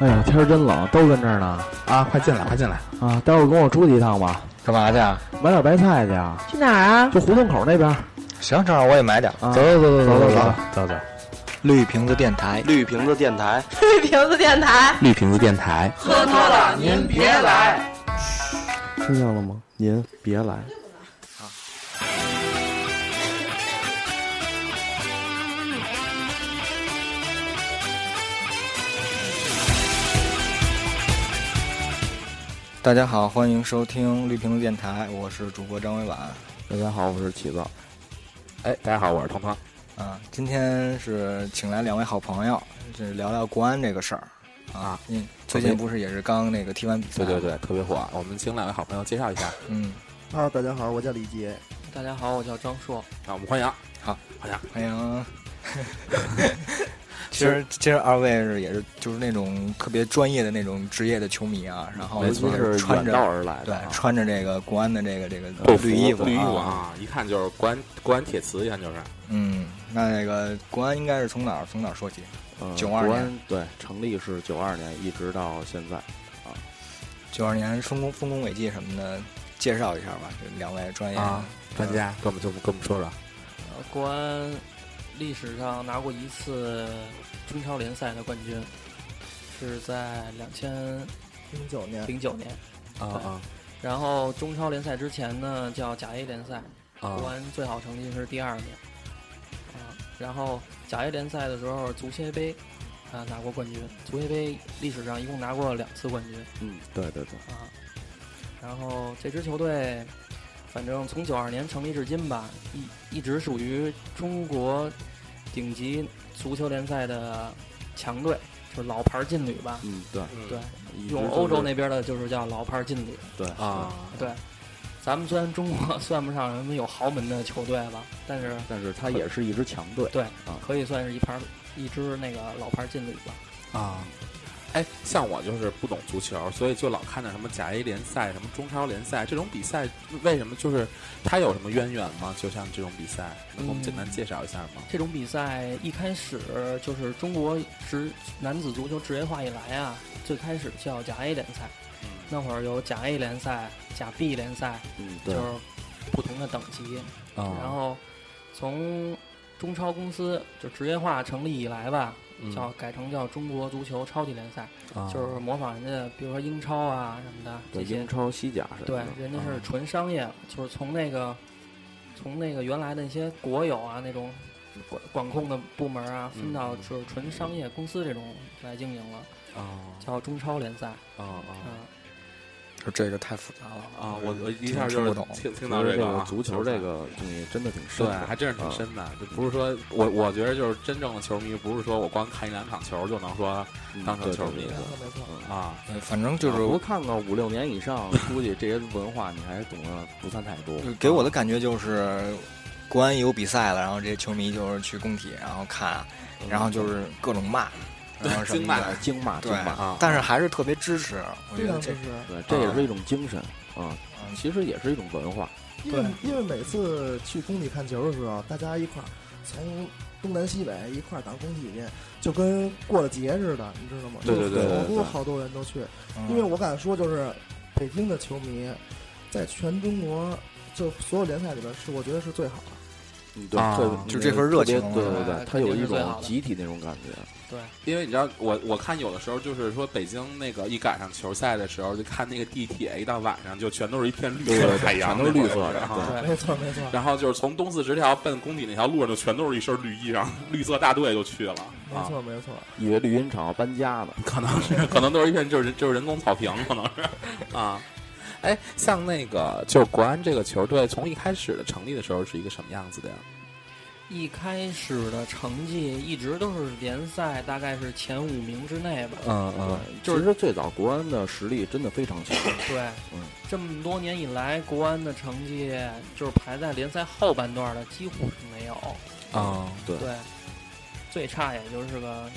哎呦，天儿真冷，都跟这儿呢啊，快进来，快进来，啊！待会儿跟我出去一趟吧，干嘛去啊？买点白菜去啊，去哪儿啊？就胡同口那边。行，正好我也买点。啊走走走走走走走走走。绿瓶子电台，绿瓶子电台， 绿瓶子电台，绿瓶子电台，喝多了您别来。听见了吗？您别来。大家好，欢迎收听绿瓶子电台，我是主播张伟婉。大家好，我是起子。哎，大家好，我是彤彤。啊，今天是请来两位好朋友，这聊聊国安这个事儿啊啊。嗯，最近不是也是刚那个踢完比赛？对对。对，特别火。我们请两位好朋友介绍一下，嗯，啊，大家好，我叫李杰。大家好，我叫张硕。让我们欢迎。欢迎。其实，其实二位是也是就是那种特别专业的那种职业的球迷啊，然后尤尤其其是穿远道着而来对的啊，穿着这个国安的这个这个服绿衣服绿衣服啊，啊，一看就是国安国安铁磁，一看就是。嗯，那那个国安应该是从哪儿从哪儿说起？呃92国安年对成立是九二年，一直到现在。九二年丰功丰功伟绩什么的，介绍一下吧，这两位专业的啊专家跟我们就跟我们说说，呃国安历史上拿过一次中超联赛的冠军，是在两千零九年，零九年。啊然后中超联赛之前呢，叫甲 A 联赛，啊国啊！安最好成绩是第二年。啊，然后甲 A 联赛的时候，足协杯啊拿过冠军，足协杯历史上一共拿过两次冠军。嗯，对对对，啊。然后这支球队，反正从九二年成立至今吧，一一直属于中国顶级足球联赛的强队，就是老牌劲旅吧。嗯对，对，一直用就是欧洲那边的就是叫老牌劲旅。对啊，，对，咱们虽然中国 算不上什么有豪门的球队吧，但是对但是他也是一支强队。对啊可以算是一盘一支那个老牌劲旅吧。啊。哎，像我就是不懂足球，所以就老看着什么甲 A 联赛、什么中超联赛这种比赛，为什么就是它有什么渊源吗？就像这种比赛，能给我们简嗯单介绍一下吗？这种比赛一开始就是中国职男子足球职业化以来啊，最开始叫甲 A 联赛，那会儿有甲 A 联赛、甲 B 联赛，嗯就对是不同的等级。啊，嗯然后从中超公司就职业化成立以来吧，嗯叫改成叫中国足球超级联赛，啊就是模仿人家，比如说英超啊什么的对这些英超、西甲什么对的。，人家啊是纯商业，就是从那个从那个原来的那些国有啊那种管管控的部门啊，分到就是纯商业公司这种来经营了，嗯啊叫中超联赛啊啊、啊！就这个太复杂了啊，我我一下听就不是懂听听其到个实个啊足球这个东西真的挺 对，深的，还真是挺深的，就嗯不是说我我觉得就是真正的球迷，不是说我光看一两场球就能说嗯当成对对球对迷对嗯的没错没错。啊呃反正就啊不是看个五六年以上，估计这些文化你还懂得不算太多。给我的感觉就是，国安一有比赛了，然后这些球迷就是去工体，然后看，嗯，然后就是各种骂，然后什么对的，呃惊骂对惊骂，啊， 但是还是特别支持。我觉对得啊，这其实，对，这也是一种精神啊，嗯其实也是一种文化。因为因为每次去工体看球的时候，大家一块儿从东南西北一块儿打工体去，就跟过了节似的，你知道吗？对对对就对好对多好多人都去，嗯啊因为我敢说，就是北京的球迷，在全中国就所有联赛里边，是我觉得是最好的。嗯，对啊，这就这份热情特别对对啊对，它肯定有是一最好种的集体那种感觉。对，因为你知道，我我看有的时候就是说北京那个一赶上球赛的时候，就看那个地铁，一到晚上就全都是一片绿对色对的对海洋，全都是绿色的啊哎对没错没错，然后就是从东四十条奔工体那条路上，就全都是一身绿衣裳，绿色大队就去了没啊，错没错。以为绿茵场要搬家呢， 可能是，可能都是一片就是就是人工草坪，可能是啊。 哎，像那个就是国安这个球队，从一开始的成立的时候是一个什么样子的呀？一开始的成绩一直都是联赛大概是前五名之内吧。呃嗯嗯其实最早国安的实力真的非常强，对，嗯这么多年以来，国安的成绩就是排在联赛后半段的几乎是没有。啊对对，最差也就是个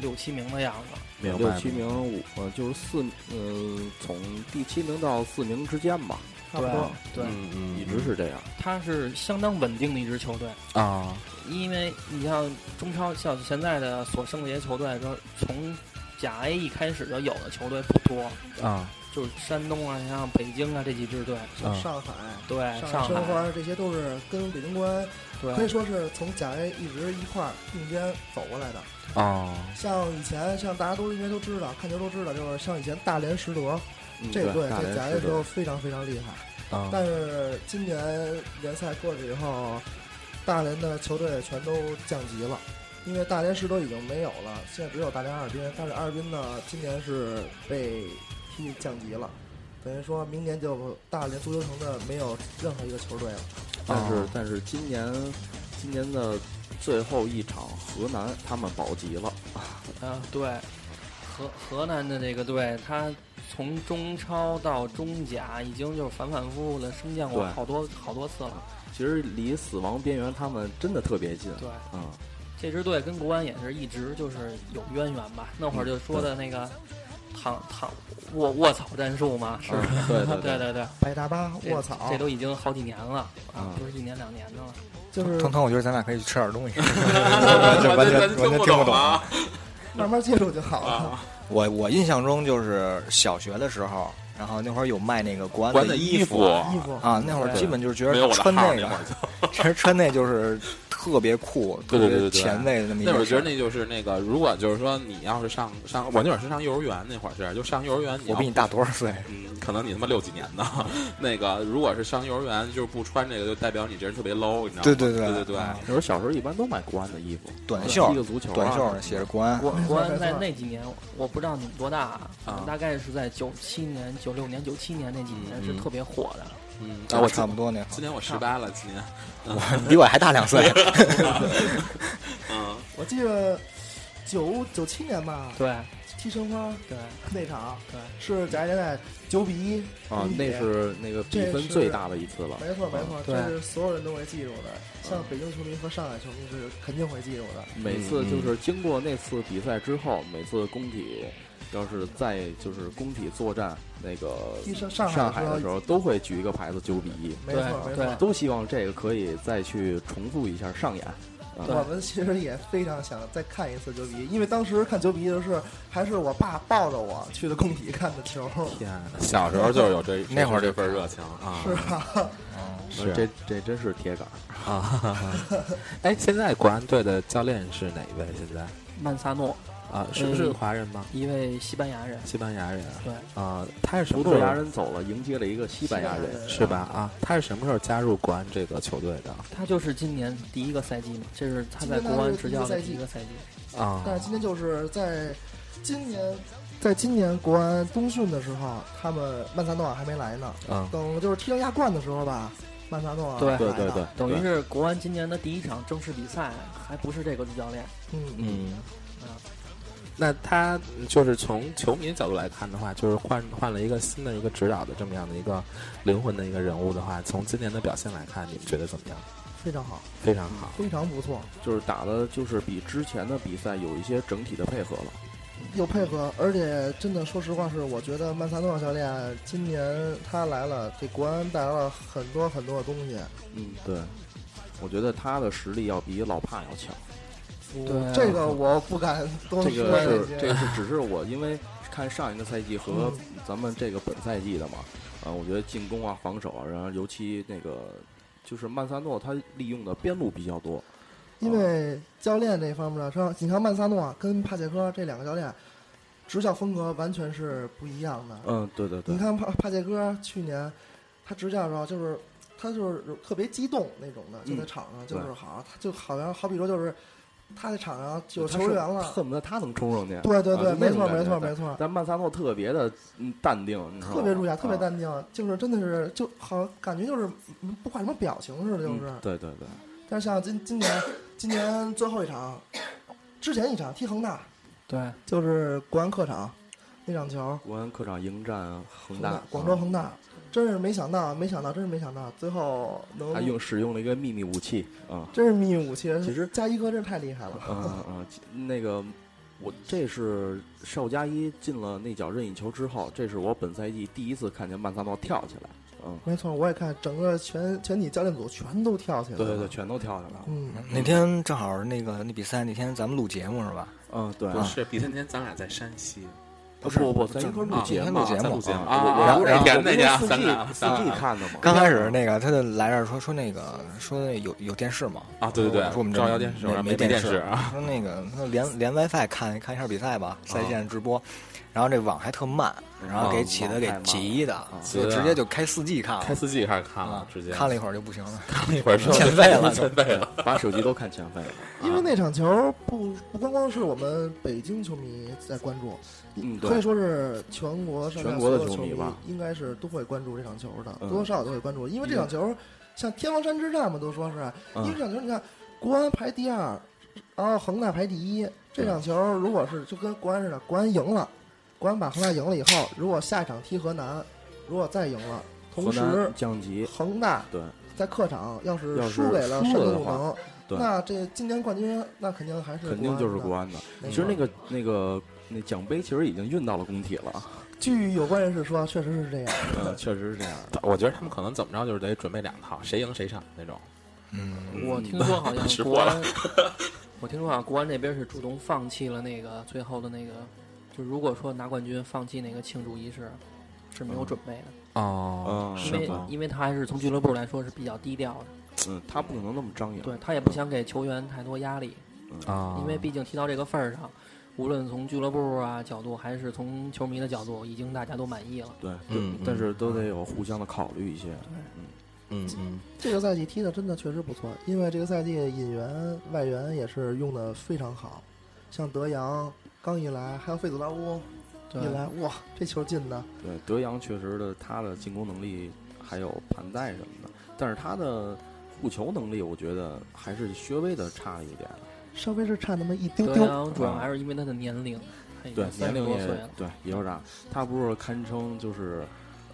六七名的样子。明白六七名五呃就是四呃从第七名到四名之间吧，差不多，对，嗯嗯一直是这样。他是相当稳定的一支球队，啊因为你像中超像现在的所剩的一些球队，说从甲 A 一开始就有的球队不多，啊就是山东啊，像北京啊这几支队，像啊上海、对上上申海，花，这些都是跟北京国安可以对说是从甲 A 一直一块儿并肩走过来的。啊，像以前，像大家都应该都知道，看球都知道，就是像以前大连实德嗯这队对大在连甲 A 是的时候的，非常非常厉害。啊但是今年联赛过去以后，大连的球队全都降级了，因为大连实德已经没有了，现在只有大连哈尔滨。但是哈尔滨呢，今年是被踢降级了，等于说明年就大连足球城的没有任何一个球队了。但是哦但是今年今年的最后一场河南他们保级了，啊对，河河南的这个队，他从中超到中甲已经就是反反复复的升降过对好多好多次了。其实离死亡边缘他们真的特别近。对，啊，这支队跟国安也是一直就是有渊源吧？那会儿就说的那个躺躺卧卧草战术嘛，是吧。啊对对对对对，百大巴、这卧草，这都已经好几年了啊啊，不是一年两年的了。就是腾腾，我觉得咱俩可以去吃点东西，完完全完全完全听不懂。啊慢慢接触就好了。我我印象中就是小学的时候，然后那会儿有卖那个国管安的衣衣服衣服啊，那会儿对基本就是觉没有得我的穿号那那个会儿， 其实穿那就是特别酷、特 对对对别对对前卫的那么一那会儿个觉事得儿。那就是那个，如果就是说你要是上上，我那会儿是上幼儿园，那会儿是就上幼儿园，你我要比你大多少 岁？嗯，可能你他妈六几年的， 那个如果是上幼儿园就是不穿这个，就代表你这人特别 low，你知道吗？对对对对对啊那时候小时候一般都买国安的衣服，短啊袖儿踢个足球啊，短袖儿写着国安，国国安没错在那几年，我不知道你们多大啊，啊大概是在九七年、九六年、九七年那几年嗯是特别火的。嗯，啊，我我差不多那会今年我十八了，今年，儿，你比我还大两 岁。嗯，我记得九九七年吧，对踢申花对 那场对，是甲 A 联赛九比一啊，那是那个比这分是最大的一次了。没错没错，对这是所有人都会记住的，嗯像北京球迷和上海球迷是肯定会记住的。每次就是经过那次比赛之后，每次工体要是再就是工体作战那个踢上上上海海的时候，候，都会举一个牌子九比一，没错对没对错。都希望这个可以再去重复一下上演。对我们其实也非常想再看一次九比一，因为当时看九比一的是还是我爸抱着我去的工体看的球，天哪，小时候就是有 这那会儿这就份热情啊，是吧？ 是呃这这真是铁杆儿。啊，哈哈哎，现在国安队的教练是哪一位？现在曼萨诺，啊，是不是嗯华人吗？一位西班牙人，西西班牙人对啊，他是什葡么时候萄牙人走了，迎接了一个西班牙人。是吧？啊，他是什么时候加入国安这个球队的他就是今年第一个赛季嘛，这是他在国安执教的第一个赛季。啊？但是今天就是在今年，在今年国安冬训的时候，他们曼萨诺瓦还没来呢。嗯等就是踢到亚冠的时候吧，曼萨诺瓦对来对了对对，，等于是国安今年的第一场正式比赛，还不是这个主教练。嗯嗯，嗯啊。那他就是从球迷角度来看的话，就是换换了一个新的一个指导的这么样的一个灵魂的一个人物的话，从今年的表现来看，你们觉得怎么样？非常好，非常好，非常不错，就是打的就是比之前的比赛有一些整体的配合了。又配合，而且真的说实话是，我觉得曼萨诺瓦教练今年他来了，给国安带来了很多很多的东西。嗯，对，我觉得他的实力要比老帕要强。对这个我不敢多说这个哦是些。这个是只是我因为看上一个赛季和咱们这个本赛季的嘛，呃，我觉得进攻啊、防守啊，然后尤其那个就是曼萨诺他利用的边路比较多，因为教练这方面呢，像你看曼萨诺跟帕切科这两个教练，执教风格完全是不一样的。嗯，对对对你，看帕帕切科去年他执教的时候，就是他就是特别激动那种的，就在嗯场上就是好像，他就好像好比说就是他在场上就有他球是员了，恨不得他能冲上去。对对啊对，没错就没那种感错觉没错，但曼萨诺特别的嗯淡定，你知道吗特别儒雅，特别。啊淡定，就是真的是就好像感觉就是嗯不管什么表情似的，就嗯是。对对对，但是像今今年今年最后一场，之前一场踢恒大对，就是国安客场那场球，国安客场迎战恒恒大，广州啊恒大，真是没想到，没想到，真是没想到，最后能他啊用使用了一个秘密武器啊，真是秘密武器。其实加一哥真是太厉害了， 嗯嗯，嗯， 那个我这是邵佳一进了那脚任意球之后，这是我本赛季第一次看见曼萨诺跳起来，嗯，没错，我也看整个全全体教练组全都跳起来对了。对对，，全都跳下来了。嗯，那天正好那个那比赛那天咱们录节目是吧？嗯，对，不是比赛那天咱俩在山西，不不不，咱一块儿录节咱目录节目咱哦啊录节目啊啊我啊我然后我然后那天啊四咱俩 G 四咱俩 G 看的哦嘛。刚开啊始那个他就来这儿说说那个说那有有电视吗？啊，对对对，我说我们这照耀电视，没然后没没电视啊，说那个他连连 WiFi 看看一下比赛吧，在啊线直播，然后这网还特慢，然后给起的给急的，啊急就的直接就开四 G 看了，开四 G 开始看啊了，直接看了一会儿就不行了，看了一会儿，欠费了 欠费了， 把手机都看前飞了。因为那场球不不光光是我们北京球迷在关注，嗯对可以说是全国上下全国的所有球迷迷吧，应该是都会关注这场球的，嗯多多少少都会关注，因为这场球像天王山之战嘛，都说是，嗯因为这场球你看国安排第二，然后恒大排第一，嗯这场球如果是就跟国安似的，国安赢了，国安把恒大赢了以后，如果下一场踢河南，如果再赢了，河同时南降级，恒大对，在客场要是要是输给了山输了东的鲁话能，对那这今年冠军那肯定还是肯定就是国国安安的。的。其实那没错个那个那奖杯其实已经运到了工体了，据有关人士说，确实是这样。嗯， 确实是这样的。我觉得他们可能怎么着就是得准备两套，谁赢谁上那种。嗯，我听说好识像破国安，我听说好像国安那边是主动放弃了那个最后的那个，就如果说拿冠军放弃那个庆祝仪式，是没有准备的，哦嗯，是因为吗？因为他还是从俱乐部来说是比较低调的，嗯，他不可能那么张扬。对他也不想给球员太多压力，啊，因为毕竟踢到这个份儿上，无论从俱乐部啊角度，还是从球迷的角度，已经大家都满意了。对，嗯但是都得有互相的考虑一些。嗯嗯，这个赛季踢的真的确实不错，因为这个赛季引援、外援也是用的非常好，像德扬刚一来，还有费佐拉乌对一，来，哇，这球进的，对，德扬确实的，他的进攻能力还有盘带什么的，但是他的护球能力，我觉得还是稍微的差了一点。稍微是差那么一丢德丢。扬啊主要还是因为他的年龄，他已对年经，三十龄多也岁了，对也有点，他不是堪称就是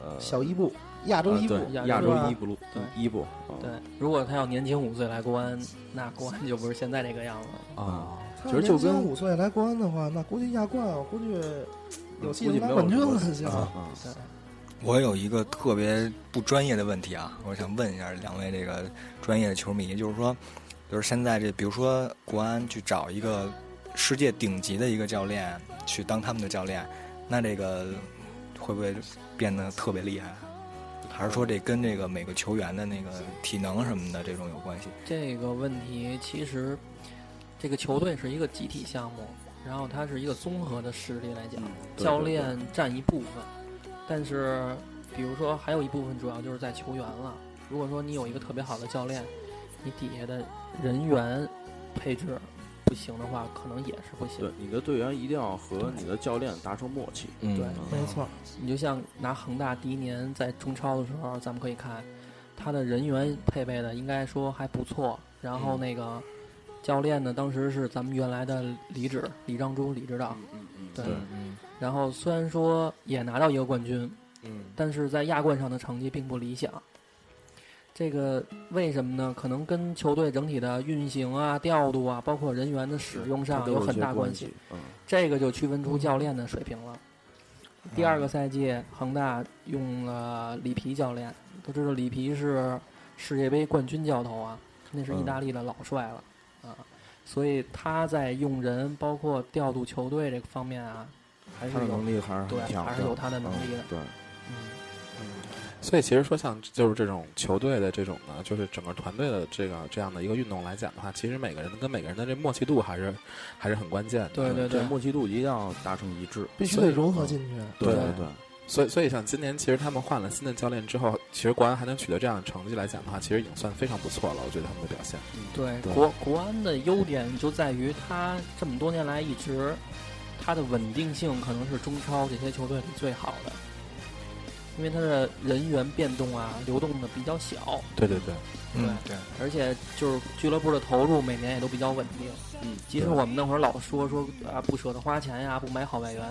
呃小伊布，亚洲啊呃伊布，对亚亚洲洲伊布伊布路对伊布嗯对，如果他要年轻五岁来国安，那国安就不是现在这个样子了。啊，他其实就跟年轻五岁来国安的话，那估计亚冠，我估计有嗯戏估计拿没有冠军什么了，就。啊啊对，我有一个特别不专业的问题啊，我想问一下两位这个专业的球迷，就是说，就是现在这，比如说国安去找一个世界顶级的一个教练去当他们的教练，那这个会不会变得特别厉害？啊还是说这跟这个每个球员的那个体能什么的这种有关系？ 这个问题其实，这个球队是一个集体项目，然后它是一个综合的实力来讲，对教嗯对对练占一部分，但是比如说还有一部分主要就是在球员了。如果说你有一个特别好的教练，你底下的人员配置不行的话，可能也是不行对。，你的队员一定要和你的教练达成默契。嗯嗯对没错，你就像拿恒大第一年在中超的时候，咱们可以看，他的人员配备的应该说还不错。然嗯后那个教练呢，当时是咱们原来的李指李章洙李指导，嗯嗯对。嗯然后虽然说也拿到一个冠军，嗯但是在亚冠上的成绩并不理想。这个为什么呢？可能跟球队整体的运行啊、调度啊，包括人员的使用上有很大关系。。嗯，这个就区分出教练的水平了。第二个赛季，恒大用了里皮教练，都知道里皮是世界杯冠军教头啊，那是意大利的老帅了、啊，所以他在用人，包括调度球队这个方面啊，还是他的有能力嗯还是对很强的，还是有他的能力的嗯对，嗯所以其实说像就是这种球队的这种呢，就是整个团队的这个这样的一个运动来讲的话，其实每个人跟每个人的这默契度还是还是很关键的。对对这对，默契度一定要达成一致。必须得融合进去。对对对，嗯所以所以像今年其实他们换了新的教练之后，其实国安还能取得这样的成绩来讲的话，其实已经算非常不错了。我觉得他们的表现，对对国国安的优点就在于他这么多年来一直，他的稳定性可能是中超这些球队里最好的，因为他的人员变动啊，流动的比较小，对对对，嗯，对，而且就是俱乐部的投入每年也都比较稳定。嗯，即使我们那会儿老说说啊不舍得花钱呀、不买好外援，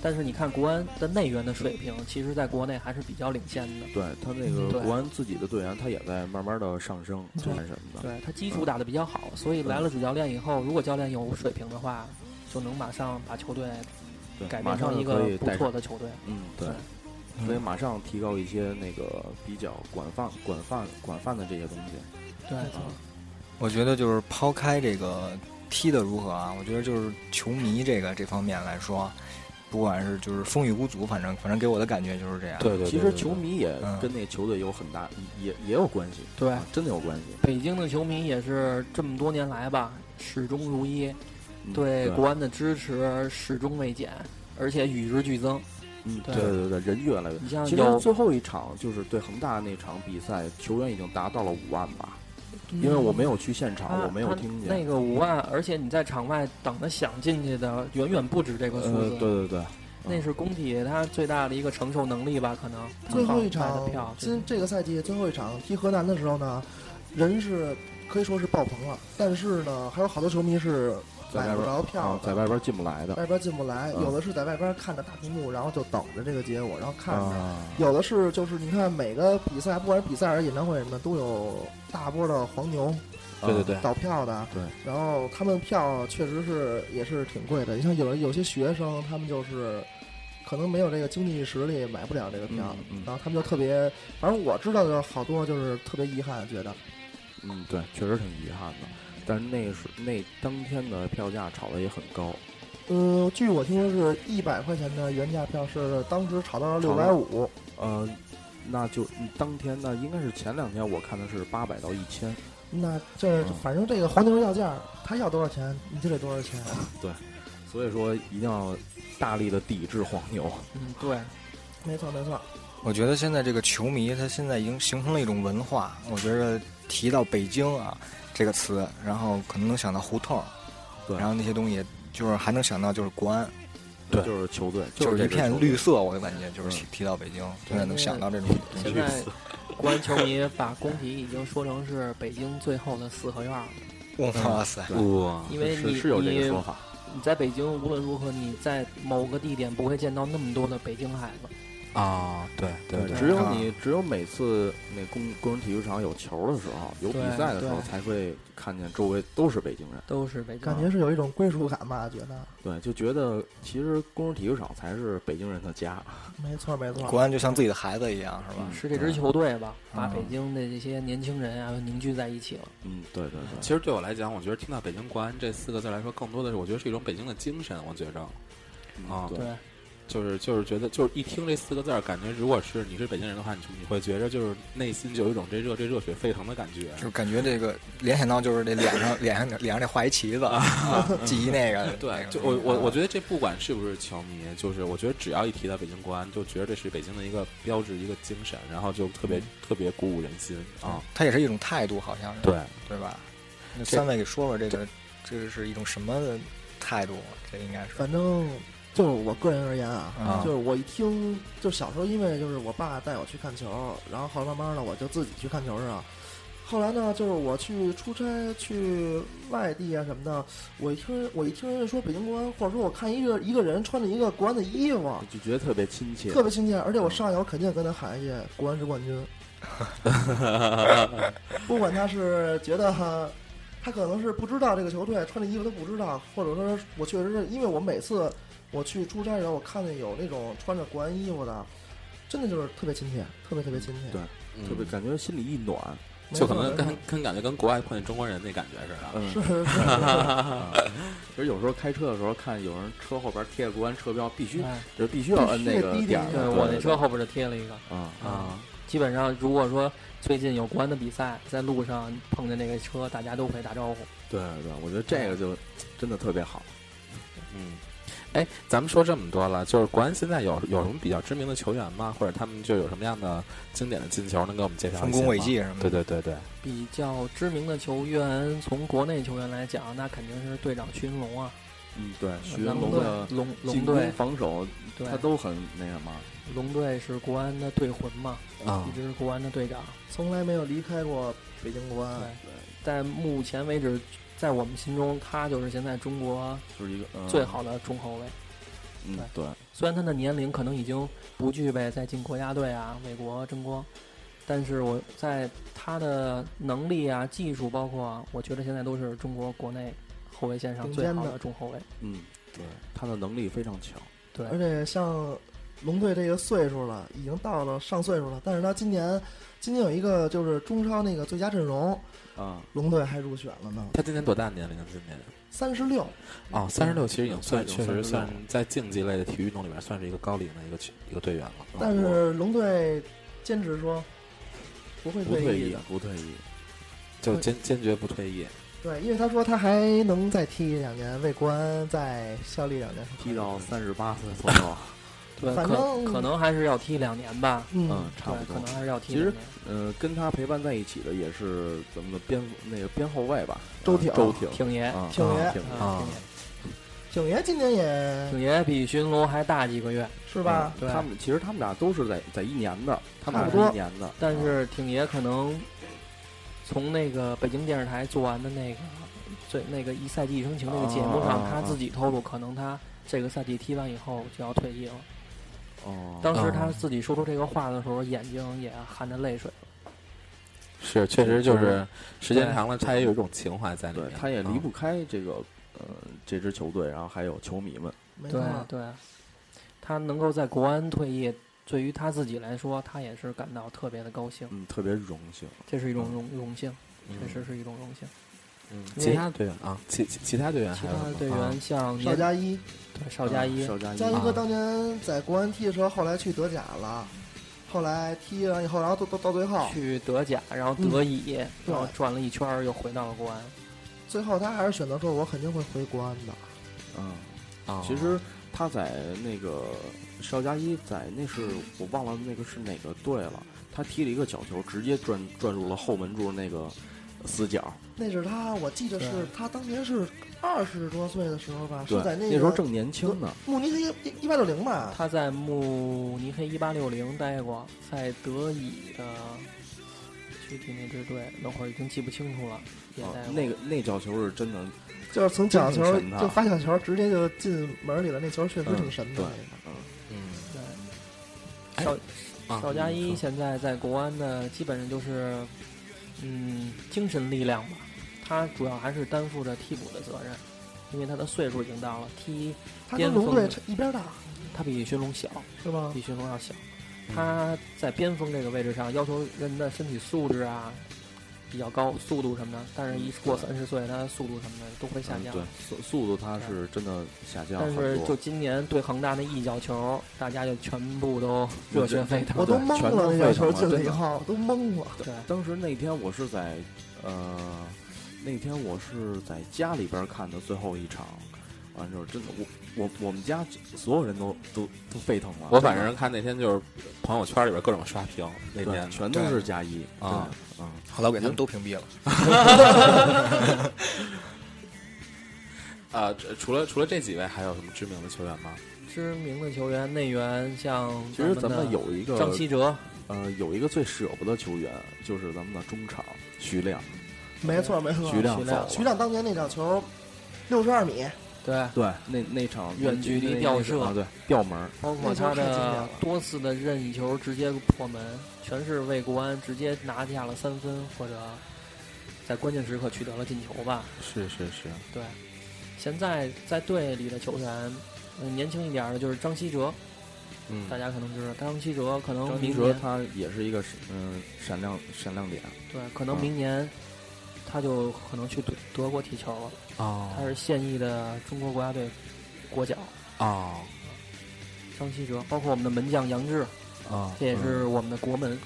但是你看国安的内援的水平，其实在国内还是比较领先的。对他那嗯对个国安自己的队员，他也在慢慢的上升，这还是什么的。对他基础打得比较好，所以来了主教练以后，如果教练有水平的话，就能马上把球队对，改马变上就成一可个以不带错上。的球队。嗯，对对所以马上提高一些那个比较广泛、广泛、广泛的这些东西。啊对，我觉得就是抛开这个踢的如何啊，我觉得就是球迷这个这方面来说，不管是就是风雨无阻，反正反正给我的感觉就是这样。对对，其实球迷也嗯跟那球队有很大，也也有关系，对啊真的有关系。北京的球迷也是这么多年来吧，始终如一，嗯对对国安的支持始终未减，而且与日俱增。嗯，对对对对，人越来越。你像其实有，最后一场就是对恒大那场比赛，球员已经达到了五万吧，因为我没有去现场，嗯他啊我没有他听见。那个五万，而且你在场外等着想进去的远远不止这个数呃，字。对对对，那是工体他最大的一个承受能力吧，可能最后一他放卖场的票，这今这个赛季最后一场踢河南的时候呢，人是可以说是爆棚了，但是呢，还有好多球迷是在外买不边着啊票的，在外边进不来的外边进不来，嗯有的是在外边看着大屏幕，然后就等着这个结果，然后看着。啊，有的是，就是你看每个比赛，不管是比赛还是演唱会什么的，都有大波的黄牛对对对，倒票的。对，然后他们票确实是也是挺贵的。你像有有些学生，他们就是可能没有这个经济实力，买不了这个票，嗯嗯然后他们就特别，反正我知道的好多就是特别遗憾，觉得嗯，对，确实挺遗憾的。但是那是那当天的票价炒的也很高，嗯，据我听说是一百块钱的原价票是当时炒到了六炒百到五，呃，那就嗯当天呢，应该是前两天我看的是八百到一千，那这嗯反正这个黄牛要价，他要多少钱你就得多少钱。所以说一定要大力的抵制黄牛。嗯，对，没错没错，我觉得现在这个球迷，他现在已经形成了一种文化。我觉得提到北京啊这个词，然后可能能想到胡同，对然后那些东西，就是还能想到就是国安，对就是球队，就是是这一支球片队绿。色。我就感觉就嗯是提提到北京，现在能想到这种东现西。在 国安球迷把工体已经说成是北京最后的四合院了，哇塞！哇，因为啊是你是有这个你说法，你在北京无论如何，你在某个地点不会见到那么多的北京孩子。啊，对对对，只有啊你只有每次那工工人体育场有球的时候，有比对赛的时候，对才会看见周围都是北京人。都是北京感觉是有一种归属感吧，觉得对，就觉得其实工人体育场才是北京人的家。没错没错。国安就像自己的孩子一样，是吧？是这支球队吧，嗯把北京的这些年轻人啊凝聚在一起了。嗯，对对对。其实对我来讲，我觉得听到“北京国安”这四个字来说，更多的是我觉得是一种北京的精神。我觉着，啊嗯对，对，就是就是觉得，就是一听这四个字儿，感觉如果是你是北京人的话，你就你会觉着就是内心就有一种这热这热血沸腾的感觉。就感觉这个联想到就是这脸上 脸上脸上这画一旗子，啊 记一那个。那对，个啊就我我我觉得得这不管是不是球迷，就是我觉得只要一提到北京国安，就觉得这是北京的一个标志，一个精神，然后就特别、特别鼓舞人心啊。它也是一种态度，好像是对，对吧？那三位给说说这个，这个是一种什么的态度？啊这应该是反正就是我个人而言啊，啊就是我一听，就小时候因为就是我爸带我去看球，然后后来慢慢的我就自己去看球去了。后来呢，就是我去出差去外地啊什么的，我一听我一听人家说北京国安，或者说我看一个一个人穿着一个国安的衣服，就觉得特别亲切，特别亲切，而且嗯我上来我肯定跟他喊一句“国安是冠 军”，不管他是觉得哈，他可能是不知道这个球队穿这衣服他不知道，或者说我确实是因为我每次我去出差的时候，我看见有那种穿着国安衣服的，真的就是特别亲切，特别特别亲切，对嗯特别感觉心里一暖。没就错可能没跟跟感觉跟国外碰见中国人那感觉似的。 嗯，啊错是是是，其实有时候开车的时候看有人车后边贴着国安车标，必须哎就是必须要摁那个必须得滴滴点儿。对对我那车后边就贴了一个。嗯啊啊，基本上，如果说最近有国安的比赛，在路上碰见那个车，大家都会打招呼。对对，我觉得这个就真的特别好。嗯，哎，咱们说这么多了，就是国安现在有有什么比较知名的球员吗？或者他们就有什么样的经典的进球能给我们介绍一下丰吗？功伟绩什么的。对对对对，比较知名的球员，从国内球员来讲，那肯定是队长徐云龙啊，嗯，对，徐云能龙对的龙进龙攻队，防守对他都很那什么。龙队是国安的队魂嘛，啊一直是国安的队长。从来没有离开过北京国安对。在目前为止，在我们心中，他就是现在中国就是一个、呃最，好的中后卫。嗯，对，虽然他的年龄可能已经不具备再进国家队啊、为国争光，但是我在他的能力啊、技术，包括我觉得现在都是中国国内后卫线上最好顶尖的的中后卫。嗯，对，他的能力非常强。对，而且像龙队这个岁数了，已经到了上岁数了，但是他今年今年有一个就是中超那个最佳阵容，啊。龙队还入选了呢，他今年多大年龄啊？今年三十六。哦，三十六其实已经算，对确实36算在竞技类的体育运动里面算是一个高龄的一个球一个队员了。但是龙队坚持说不会不退退役役的，，不退役。就坚坚决不退役，对，因为他说他还能再踢两年，为国安再效力两年，踢到三十八岁左右，对，反可正可能还是要踢两年吧，嗯嗯，，差不多对，可。能还是要踢其两实年。嗯，跟他陪伴在一起的也是咱们的边那个边后卫吧，周呃挺周挺，挺爷，啊，挺爷啊挺啊挺爷景爷今年也挺爷比寻龙还大几个月，是吧？对嗯他们其实他们俩都是在在一年的，他们差俩不多是一年的，但是挺爷可能从那个北京电视台做完的那个最那个一赛季一生情那个节目哦上，啊他自己透露，可能他这个赛季踢完以后就要退役了。哦，当时哦他自己说出这个话的时候，眼睛也含着泪水。是确实就是时间对长了，他也有一种情怀在里对面，，他也离啊嗯不开这个呃这支球队，然后还有球迷们，没对错，对，他能够在国安退役，对于他自己来说，他也是感到特别的高兴，嗯，特别荣幸。这是一种荣荣幸，嗯确实是一种荣幸。嗯因为其他队员啊，其其其他队员其还有他什的么队啊员像邵年佳一，对邵佳一，邵佳一，嗯佳一哥啊当年在国安踢的时候，后来去德甲了，后来踢完以后，然后到到到最后，去德甲，然后德乙，然后转了一圈儿又回到了国安。最后他还是选择说，我肯定会回国安的。嗯，哦啊其实他在那个邵佳一在那是我忘了那个是哪个队了，他踢了一个角球，直接转转入了后门柱那个死角，那是他，我记得是对他当年是二十多岁的时候吧，对是在，那那时候正年轻呢，慕尼黑一一八六零吧，他在慕尼黑一八六零待过，在德乙的具体那支队那会儿已经记不清楚了，也啊待过。那个那角球是真的，就是从角球真挺神的就发角球直接就进门里了，那球确实挺神嗯的。对嗯，嗯对，哎邵啊邵佳你一说现在在国安的基本上就是，嗯，精神力量吧。他主要还是担负着替补的责任，因为他的岁数已经到了，踢他跟龙队差一边大，他比寻龙小，是吧比？寻龙要小。他在边锋这个位置上要求人的身体素质啊比较高，速度什么的，但是一过三十岁，他速度什么的都会下嗯降。对，速速度他是真的下降但很是就多，今年对恒大那一脚球，大家就全部都热血沸腾。我都对懵全了，都那个沸腾球了进了真以的后，我都懵了。对，当时那天我是在呃，那天我是在家里边看的最后一场，完之后真的我我我们家所有人都都都沸腾了。我反真的正看那天就是朋友圈里边各种刷屏，那对天全都是加一啊，对嗯，后来我给他们都屏蔽了。啊，这除了除了这几位，还有什么知名的球员吗？知名的球员内援像其实咱的们有一个张稀哲，呃有一个最舍不得球员就是咱们的中场徐亮，没错，没错。徐亮徐走亮了，徐亮当年那脚球，六十二米，对，对那那场远距离那吊那射啊，对吊门儿，包括那球他太经典的了多次的任意球直接破门，全是为国安直接拿下了三分，或者在关键时刻取得了进球吧。是是是，对，现在在队里的球员，嗯，年轻一点儿的就是张稀哲，嗯大家可能知道张稀哲，可能张宁明哲年他也是一个嗯、闪亮闪亮点，对，可啊能明年他就可能去德德国踢球了。啊哦他是现役的中国国家队国脚哦张稀哲，包括我们的门将杨志，哦这也是嗯我们的国门。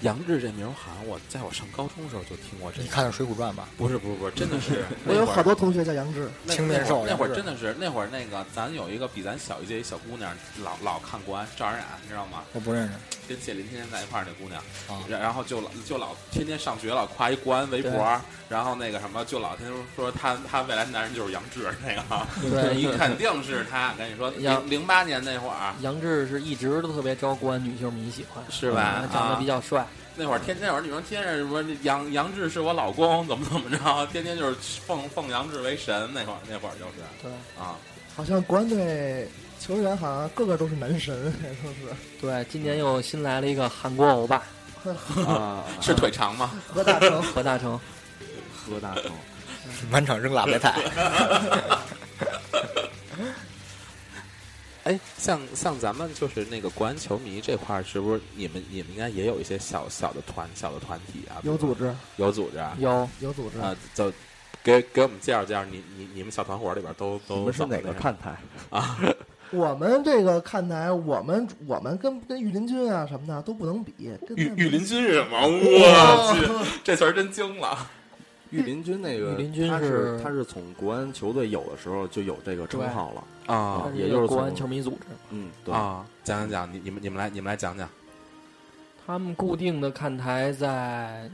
杨志这名儿，好像我在我上高中的时候就听过这嗯你个。看《水浒传》吧，不是不是不是，真的是我有好多同学叫杨志，那青面兽那会儿杨志真的是那会儿那个咱有一个比咱小一届一小姑娘，老老看国安赵冉冉，你知道吗？我不认识。跟谢林天天在一块儿那姑娘啊，然然后就老就老天天上学老夸一国安围脖，然后那个什么就老天天说他他未来男人就是杨志那个，对你肯定是他。跟你说，零杨零八年那会儿杨志是一直都特别招国安女球迷喜欢，是吧啊嗯啊长得比较帅，那会儿天天有人女生天天什么杨杨志是我老公，怎么怎么着，天天就是奉奉杨志为神。那会儿那会儿就是对啊，好像国安队球员好像个个都是男神， 都是对。今年又新来了一个韩国欧巴啊，是腿长吗？何大成。 何大成，何大成。满场扔喇叭菜，哎，像像咱们就是那个国安球迷这块儿，是不是你们你们应该也有一些小小的团小的团体啊？有组，织，有组织啊？有有组织。啊，就给给我们介绍介绍，你你你们小团伙里边都都你们是怎么哪个的看台？我们这个看台，我们我们跟跟御林军啊什么的都不能比。跟御他们御林军是什么？哦我去，这词儿真惊了。御林军那个，御林军他是他是从国安球队有的时候就有这个称对号了，啊它也一就是个国从安球迷组织。嗯，对，啊！讲讲讲，你你们你们来你们来讲讲。他们固定的看台在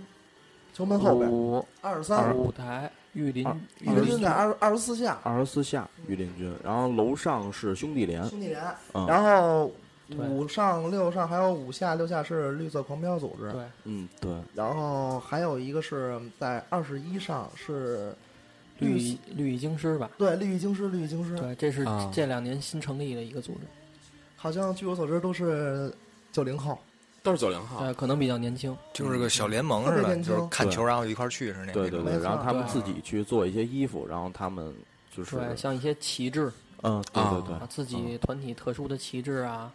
球门后哦边五二十三，舞台御林二御林军在二二十四下，二十四下御林军，然后楼上是兄弟连，兄弟连，嗯然后对五上六上还有五下六下是绿色狂飙组织，对嗯，对，然后还有一个是在二十一上是绿绿嗯蚁绿蚁京师吧。对绿蚁京师，绿蚁京师，对，这是啊这两年新成立的一个组织，好像据我所知都是九零后，都是九零后对，呃可能比较年轻。就是个小联盟似特别的，年轻就是看球然后一块儿去是那对对那对，没种错然后他们对自己去做一些衣服，然后他们就是，对，像一些旗帜嗯，对对啊，对，自嗯己团体特殊的旗帜啊，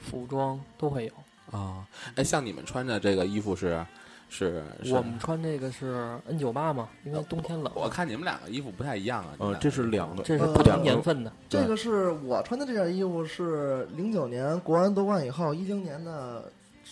服装都会有。啊！哎，像你们穿着这个衣服是是是我们穿这个是 N 九八嘛，因为冬天冷，我看你们两个衣服不太一样啊。你们呃，俩这是两个，这是呃不同年份的。这个是我穿的这件衣服是零九年国安夺冠以后一零年的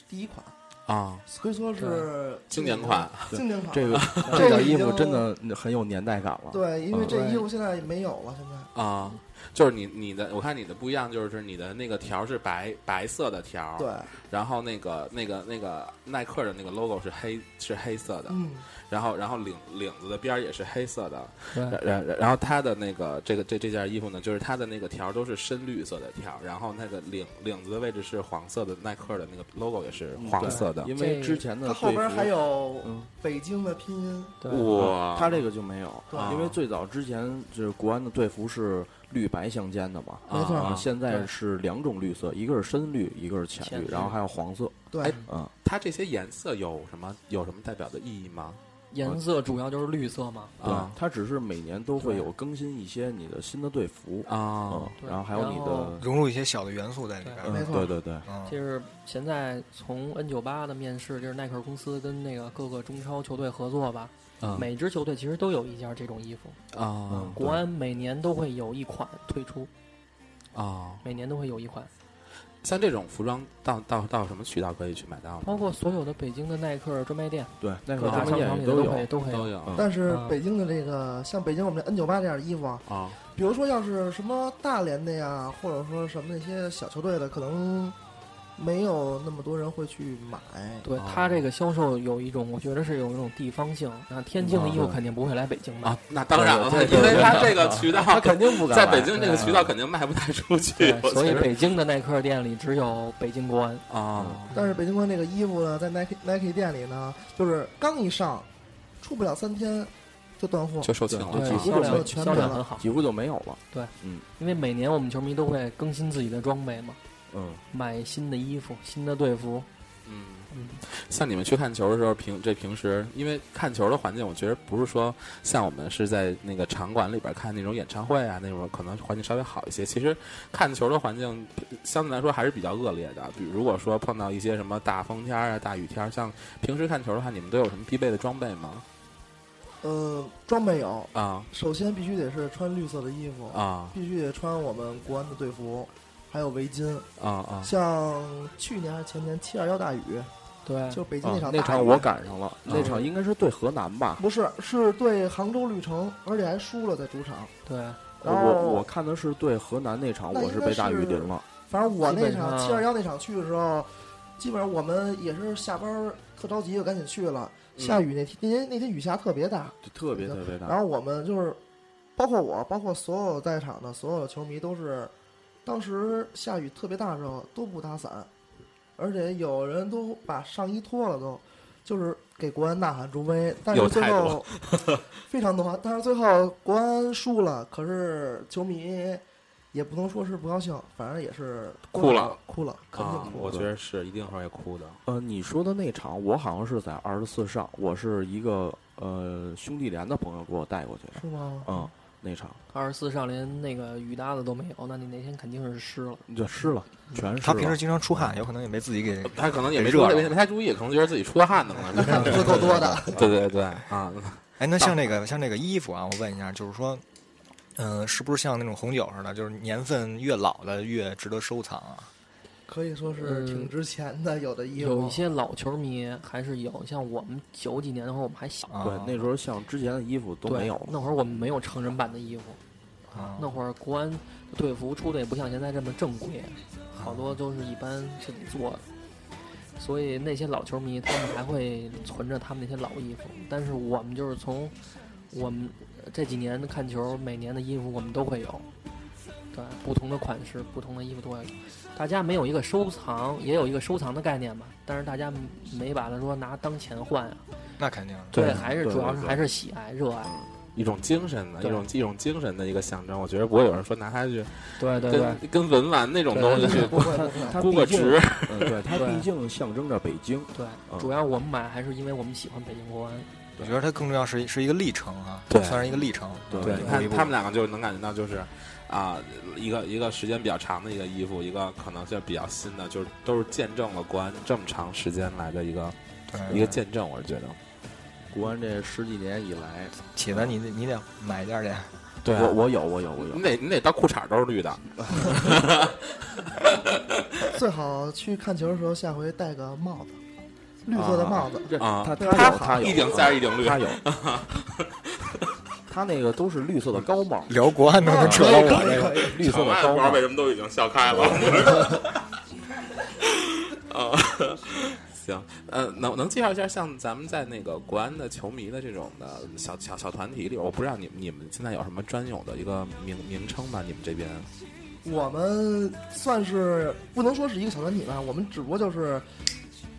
第一款，啊，可以说是经典款，经典款，这个这这个件已衣服经真的很有年代感了，对，因为嗯这对衣服现在没有了，现在。啊。就是你你的，我看你的不一样，就是你的那个条是白白色的条，对，，啊然后那个那个那个耐克的那个 logo 是黑是黑色的，嗯，然后然后领领子的边儿也是黑色的，嗯对然然然然后它的那个这个这这件衣服呢，就是它的那个条儿都是深绿色的条儿，然后那个领领子的位置是黄色的，耐克的那个 logo 也是嗯黄对色的。因这为个之前的它后队边服还有嗯北京的拼音，对，哇，他这个就没有，对因为最早之前就是国安的队服是绿白相间的嘛，没错啊，啊，现在是两种绿色，一个是深绿，一个是浅浅绿，绿然后还有黄色，对，哎嗯，它这些颜色有什么有什么代表的意义吗？颜色主要就是绿色嘛。对啊，它只是每年都会有更新一些你的新的队服，啊嗯，对然后还有你然后的，融入一些小的元素在里边没嗯儿。错对对对，就嗯，是现在从 N 九八的面试，就是耐克公司跟那个各个中超球队合作吧，啊每支球队其实都有一件这种衣服。啊嗯国安每年都会有一款推出，啊！每年都会有一款，像这种服装到到到什么渠道可以去买到呢？包括所有的北京的耐克专卖店、对，那各个大专商卖场店里也都的会 有，都会都有。有嗯但是啊北京的这个像北京我们这 N 九八这件衣服啊，啊比如说要是什么大连的呀，或者说什么那些小球队的，可能没有那么多人会去买。对哦它这个销售有一种，我觉得是有一种地方性。那天津的衣服肯定不会来北京卖啊，，那当然了，对因对对为嗯它嗯对这个渠道他肯定不敢在买北京这个对渠道肯定卖不太出去对，我所以嗯觉得北京的耐克店里只有北京国安。啊但是北京冠这个衣服呢，在 Nike Nike 店里呢，就是刚一上，出不了三天就断货。就售罄了对啊几乎销量全销没量了很好，几乎就没有了，因为每年我们球迷都会更新自己的装备嘛，嗯，买新的衣服、新的队服。嗯嗯，像你们去看球的时候，平这平时因为看球的环境，我觉得不是说像我们是在那个场馆里边看那种演唱会啊，那种可能环境稍微好一些。其实看球的环境相对来说还是比较恶劣的。比如如果说碰到一些什么大风天啊、大雨天，像平时看球的话，你们都有什么必备的装备吗？呃，装备有，啊首先必须得是穿绿色的衣服，啊必须得穿我们国安的队服，还有围巾。啊啊！像去年还是前年七二幺大雨，对，就北京那场大雨、那场我赶上了，那啊场应该是对河南吧，不是是对杭州绿城，而且还输了在主场。对，我然后我看的是对河南那场，哦那我应是该被大雨是淋了，反正我那基场本上七二幺那场去的时候，基本上我们也是下班儿特着急，就赶紧去了。嗯下雨那天，那天那天雨下特别大，就特别特别大啊然。后我们就是，包括我，包括所有在场的所有的球迷都是，当时下雨特别大的时候都不打伞，而且有人都把上衣脱了都，就是给国安呐喊助威，但有是最态度后 非常多，但是最后国安输了，可是球迷也不能说是不高兴，反正也是哭了，哭了，肯啊定，哭我了。觉得是一定会哭的。呃，你说的那场，我好像是在二十四上，我是一个呃兄弟连的朋友给我带过去的。是吗？嗯，那场，二十四上连那个雨搭子都没有，那你那天肯定是湿了。就湿了，全湿他平时了。经常出嗯汗，有可能也没自己给他可能也没给热注了意没没太注意，可能觉得自己出的汗呢，可 能是不是够多 的。对对对啊，哎，那像这个像这个衣服啊，我问一下，就是说，嗯、是不是像那种红酒似的，就是年份越老的越值得收藏啊？可以说是挺值钱的，有的衣服呃有一些老球迷还是有，像我们九几年的话，我们还小，啊对，那时候像之前的衣服都对没有了。那会儿我们没有成人版的衣服，啊那会儿国安队服出的也不像现在这么正规，啊啊好多都是一般自己做的。所以那些老球迷他们还会存着他们那些老衣服，但是我们就是从我们这几年看球，每年的衣服我们都会有，对，不同的款式、不同的衣服都会有。大家没有一个收藏，也有一个收藏的概念吧，但是大家没把它说拿当钱换啊，那肯定。对还是对主要是对还是喜爱、热爱，一种精神的一对种一种精神的一个象征，我觉得不会有人说拿它去对对对跟跟文玩那种东西去不会不会， 它估个毕竟值，嗯，对，它对毕竟象征着北京。对嗯，主要我们买还是因为我们喜欢北京国安。我觉得它更重要是一是一个历程啊，对算是一个历程。对对，一你步一看步他们两个就能感觉到，就是啊、一个一个时间比较长的一个衣服，一个可能就比较新的，就是都是见证了国安这么长时间来的一个对一个见证，我是觉得。国安这十几年以来，起子，你得你得买一件去。对啊我我有我有我有你，得你得到裤衩都是绿的，最好去看球的时候，下回戴个帽子，绿色的帽子。这啊他他有他有嗯一顶三十一顶绿， 他有，他那个都是绿色的高 帽，聊国啊安都能扯啊到我这个，可以可以，绿色场的外高不知道帽为。什么都已经笑开了。啊， 行，呃，能能介绍一下像咱们在那个国安的球迷的这种的小小小团体里，我不知道你你们现在有什么专有的一个名名称吗？你们这边我们算是不能说是一个小团体吧，我们只不过就是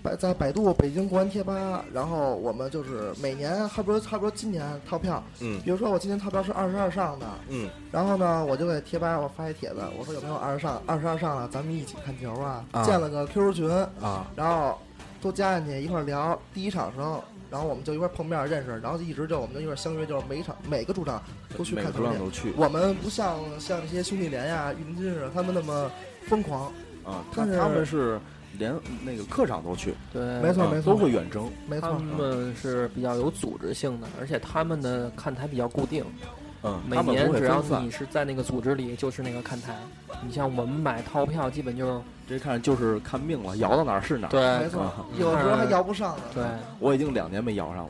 百在百度北京国安贴吧，然后我们就是每年，差不多差不多今年套票，嗯比如说我今年套票是二十二上的，嗯，然后呢，我就给贴吧我发一帖子，我说有没有二十上二十二上了，咱们一起看球啊，啊建了个 QQ 群，啊然后都加进去一块儿聊。第一场的时候，然后我们就一块儿碰面儿认识，然后就一直就我们就一块儿相约，就是每一场每个主场都去每看个球浪去。都去我们不像像这些兄弟连呀、御林军似的，他们那么疯狂。啊，他但是他们是连那个客场都去，对，没错啊没错都会远征。没嗯他错，们是比较有组织性的，而且他们的看台比较固定，嗯，每他们年不会只要分散你，是在那个组织里，就是那个看台。你像我们买套票，基本就是这看就是看命了，摇到哪儿是哪儿。没对错啊，有时候还摇不上呢。对，我已经两年没摇上了，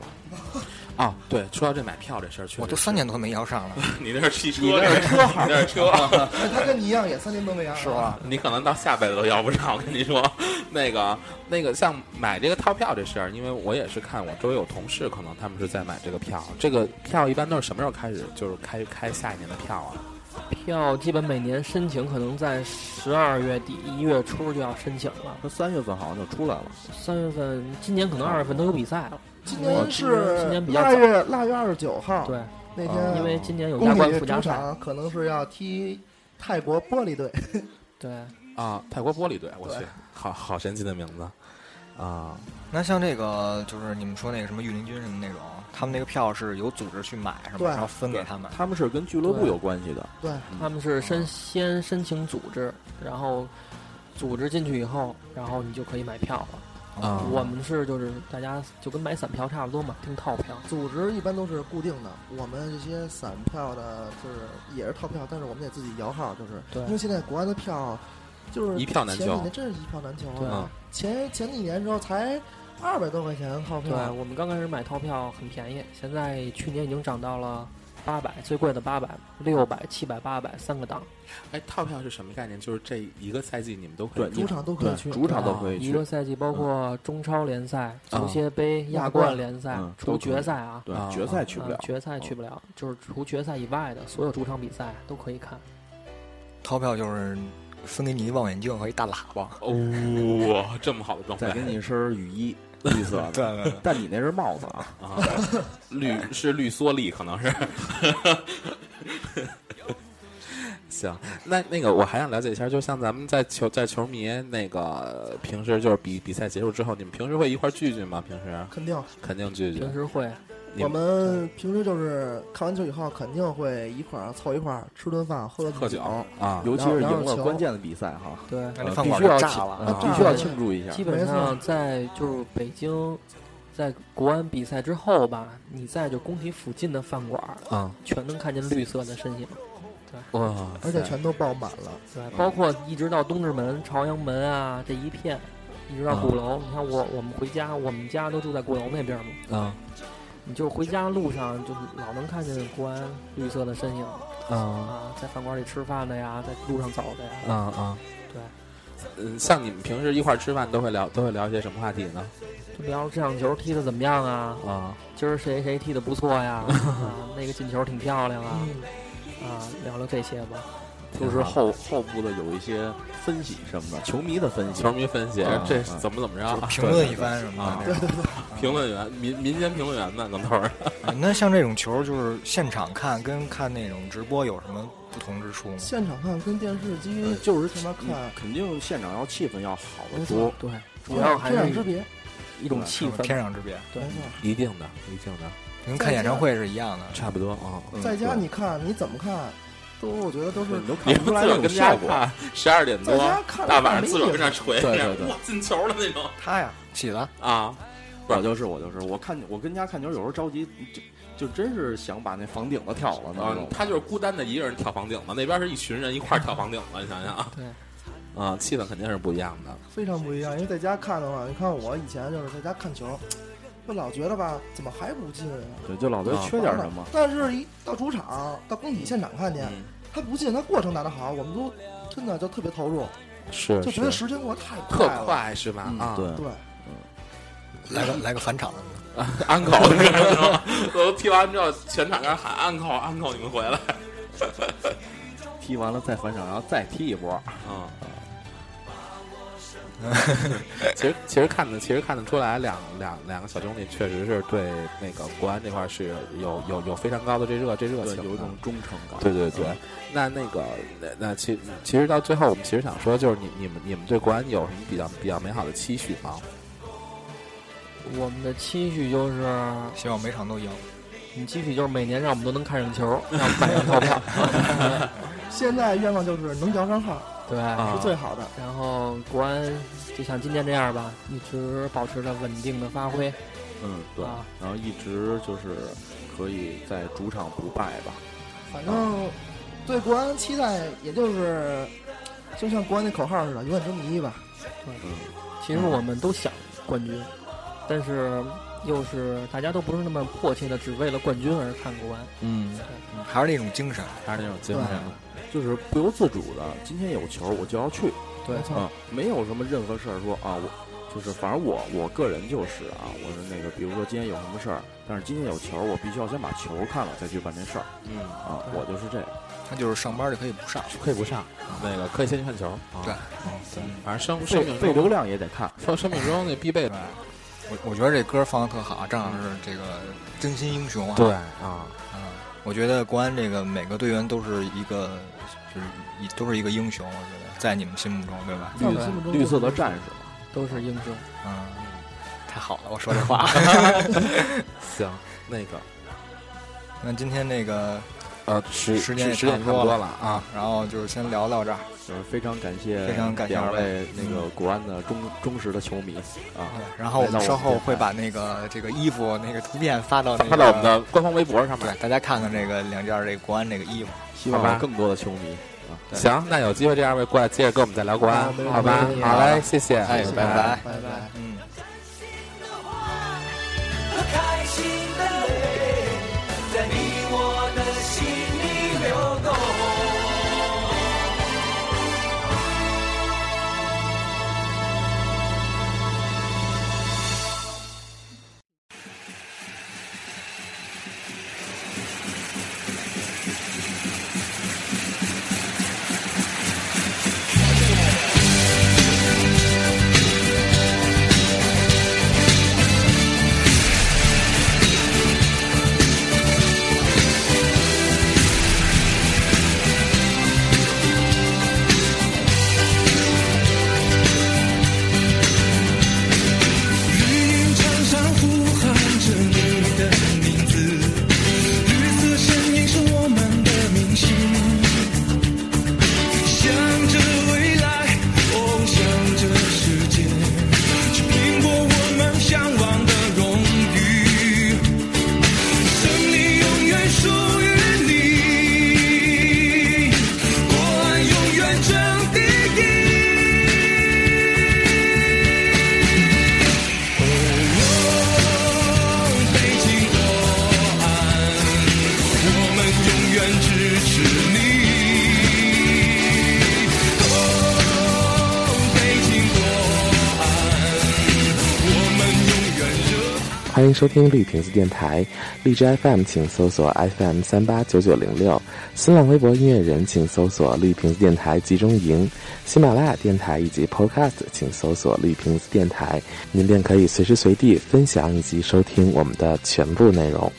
啊，对，说到这买票这事儿，确实我都是三年多没摇上了。你那是汽车，你那是车号，你那是车号。哎他跟你一样，也三年都没摇。是吧？啊你可能到下辈子都要不上。我跟你说，那个那个，像买这个套票这事儿，因为我也是看我周围有同事，可能他们是在买这个票。这个票一般都是什么时候开始？就是开开下一年的票啊。票基本每年申请，可能在十二月底一月初就要申请了。他三月份好像就出来了。三月份，今年可能二月份都有比赛了。今我年今是今年比较腊早，月腊月二十九号，对，那啊天因为今年有工亚冠体附加主赛，场可能是要踢泰国玻璃队。对，啊，泰国玻璃队，我去对，好好神奇的名字啊！那像这个就是你们说那个什么御林军什么那种，他们那个票是有组织去买是吗？对然后分给他们。他们是跟俱乐部有关系的，对，他们是申先申请组织，然后组织进去以后，然后你就可以买票了。嗯啊我们是就是大家就跟买散票差不多嘛，订套票。组织一般都是固定的，我们这些散票的，就是也是套票，但是我们得自己摇号，就是对因为现在国安的票就是一票难求前几年真是一票难求对啊！前前几年的时候才二百多块钱套对票，我们刚开始买套票很便宜，现在去年已经涨到了八百，最贵的八百、六百、七百、八百三个档，哎，套票是什么概念？就是这一个赛季你们都可以对主场都可以对去，主场都可以啊一去个。赛季包括中超联赛、嗯足协杯、亚亚冠冠联赛嗯，除都可以决赛啊，对啊，决赛去不了啊，决赛去不了，就是除决赛以外的所有主场比赛都可以看。掏票就是分给你一望远镜和一大喇叭。哦，哇，这么好的装备再给你一身雨衣，绿色的。对对但你那是帽子啊，啊，绿是绿缩力，可能是。 行，那那个我还想了解一下，就像咱们在球在球迷那个平时就是比比赛结束之后，你们平时会一块儿聚聚吗？平时肯定肯定聚聚平时会，你我们平时就是看完球以后，肯定会一块儿凑一块儿吃顿饭，喝喝顿酒啊，尤其是赢然后了球关键的比赛哈，对，那呃饭必馆须要炸庆了呃啊必须要庆祝一下基。本上在就是北京，在国安比赛之后吧，你在就工体附近的饭馆儿啊，全能看见绿色的身影，哇，而且全都爆满了。对，啊包括一直到东直门、朝阳门啊这一片，一直到鼓楼。你看我我们回家，我们家都住在鼓楼那边嘛，啊你就是回家路上就是老能看见国安绿色的身影啊啊，在饭馆里吃饭的呀，在路上走的呀，啊啊，对。嗯，像你们平时一块儿吃饭都会聊，都会聊一些什么话题呢？就聊这场球踢的怎么样啊？啊，今儿谁谁踢的不错 呀？啊，那个进球挺漂亮啊！啊，聊聊这些吧。就是后后部的有一些分析什么的，球迷的分析球，迷分析哎啊这啊怎么怎么着啊？评论一番什么的。对 评论员，民民间评论员呢？咱们都是对，啊那像这种球就是现场看跟看那种直播有什么不同之处吗？现场看跟电视机嗯就是他妈嗯看，肯定现场要气氛要好得没多错。对，哦主天要壤还天壤之是别。一种气是吧氛。天壤之别，对没错，一定的，一定的，跟看演唱会是一样的。差不多啊。嗯在家对你看你怎么看，都我觉得都对是你都你看不们出自来这个儿种跟家效果。看，十二点多在家看着大晚上没自个儿跟那儿意思捶，对对对哇进球了那种他呀，起了，啊。我就是我就是，我看我跟家看球有时候着急，就就真是想把那房顶子挑了那嗯种，。他就是孤单的一个人跳房顶嘛，那边是一群人一块儿跳房顶了，你想想啊。对。啊，气氛肯定是不一样的。非常不一样。因为在家看的话，你看我以前就是在家看球，就老觉得吧，怎么还不进啊？对，就老觉得缺点什么。但是，一到主场，到工体现场看去，嗯，他不进，他过程打得好，我们都真的就特别投入，是就觉得时间过得太特了。快是吧？啊，嗯对，对，来个来个返场的。 安口的时候，我都踢完之后，全场在那喊安口安口，你们回来。踢完了再返场，然后再踢一波。啊。 其实其实看的其实看得出来两，两两个小兄弟确实是对那个国安这块是有有有非常高的这热这热对，情的，啊有一种忠诚感。对对对，那那个那那其其实到最后，我们其实想说，就是你你们你们对国安有什么比较比较美好的期许吗？我们的期许就是，希望每场都赢。我们期许就是每年让我们都能看上球，让我们买上套 票。现在愿望就是能摇上号对，啊是最好的。然后国安就像今天这样吧，一直保持着稳定的发挥。嗯，对啊。然后一直就是可以在主场不败吧。反正对国安期待，也就是就像国安那口号似的，永远争第一吧。其实我们都想冠军，但是又是大家都不是那么迫切的只为了冠军而看国安。嗯，还是那种精神。还是那种精神就是不由自主的，今天有球我就要去对没错啊，，没有什么任何事儿说啊，我就是反正我我个人就是啊，我是那个，比如说今天有什么事儿，但是今天有球，我必须要先把球看了再去办这事儿嗯，啊，对我就是这样。他就是上班就可以不上。配不上，啊那个可以先去看球。啊对，对，反正生生费命费中流量也得看，生生命中那必备嗯对，的。我我觉得这歌放的特好，正好是这个真心英雄啊。对啊，嗯，我觉得国安这个每个队员都是一个，就是一都是一个英雄。我觉得在你们心目中，对吧？在我心目中绿色的战士嘛。都是英雄。嗯，太好了，我说这话。 行，那个那今天那个，呃，时时间也时间差差不多不多了了啊。然后就是先聊到这儿。就是非常感谢，非常感谢两位那个国安的忠忠实的球迷啊，嗯然后我们来到稍我们后会电台把那哎个这个衣服那个图片发到那个发到我们的官方微博上面对。大家看看这个两件儿这个国安这个衣服。希望好吧有更多的球迷啊。对行，那有机会这二位过来接着跟我们再聊国安好没，问题好吧没问？题好嘞，谢谢，哎拜拜拜拜。嗯。开心的泪，在你我的心里流动。我欢迎收听绿瓶子电台，荔枝 FM 请搜索 FM 三八九九零六，新浪微博音乐人请搜索绿瓶子电台集中营，喜马拉雅电台以及 Podcast 请搜索绿瓶子电台，您便可以随时随地分享以及收听我们的全部内容。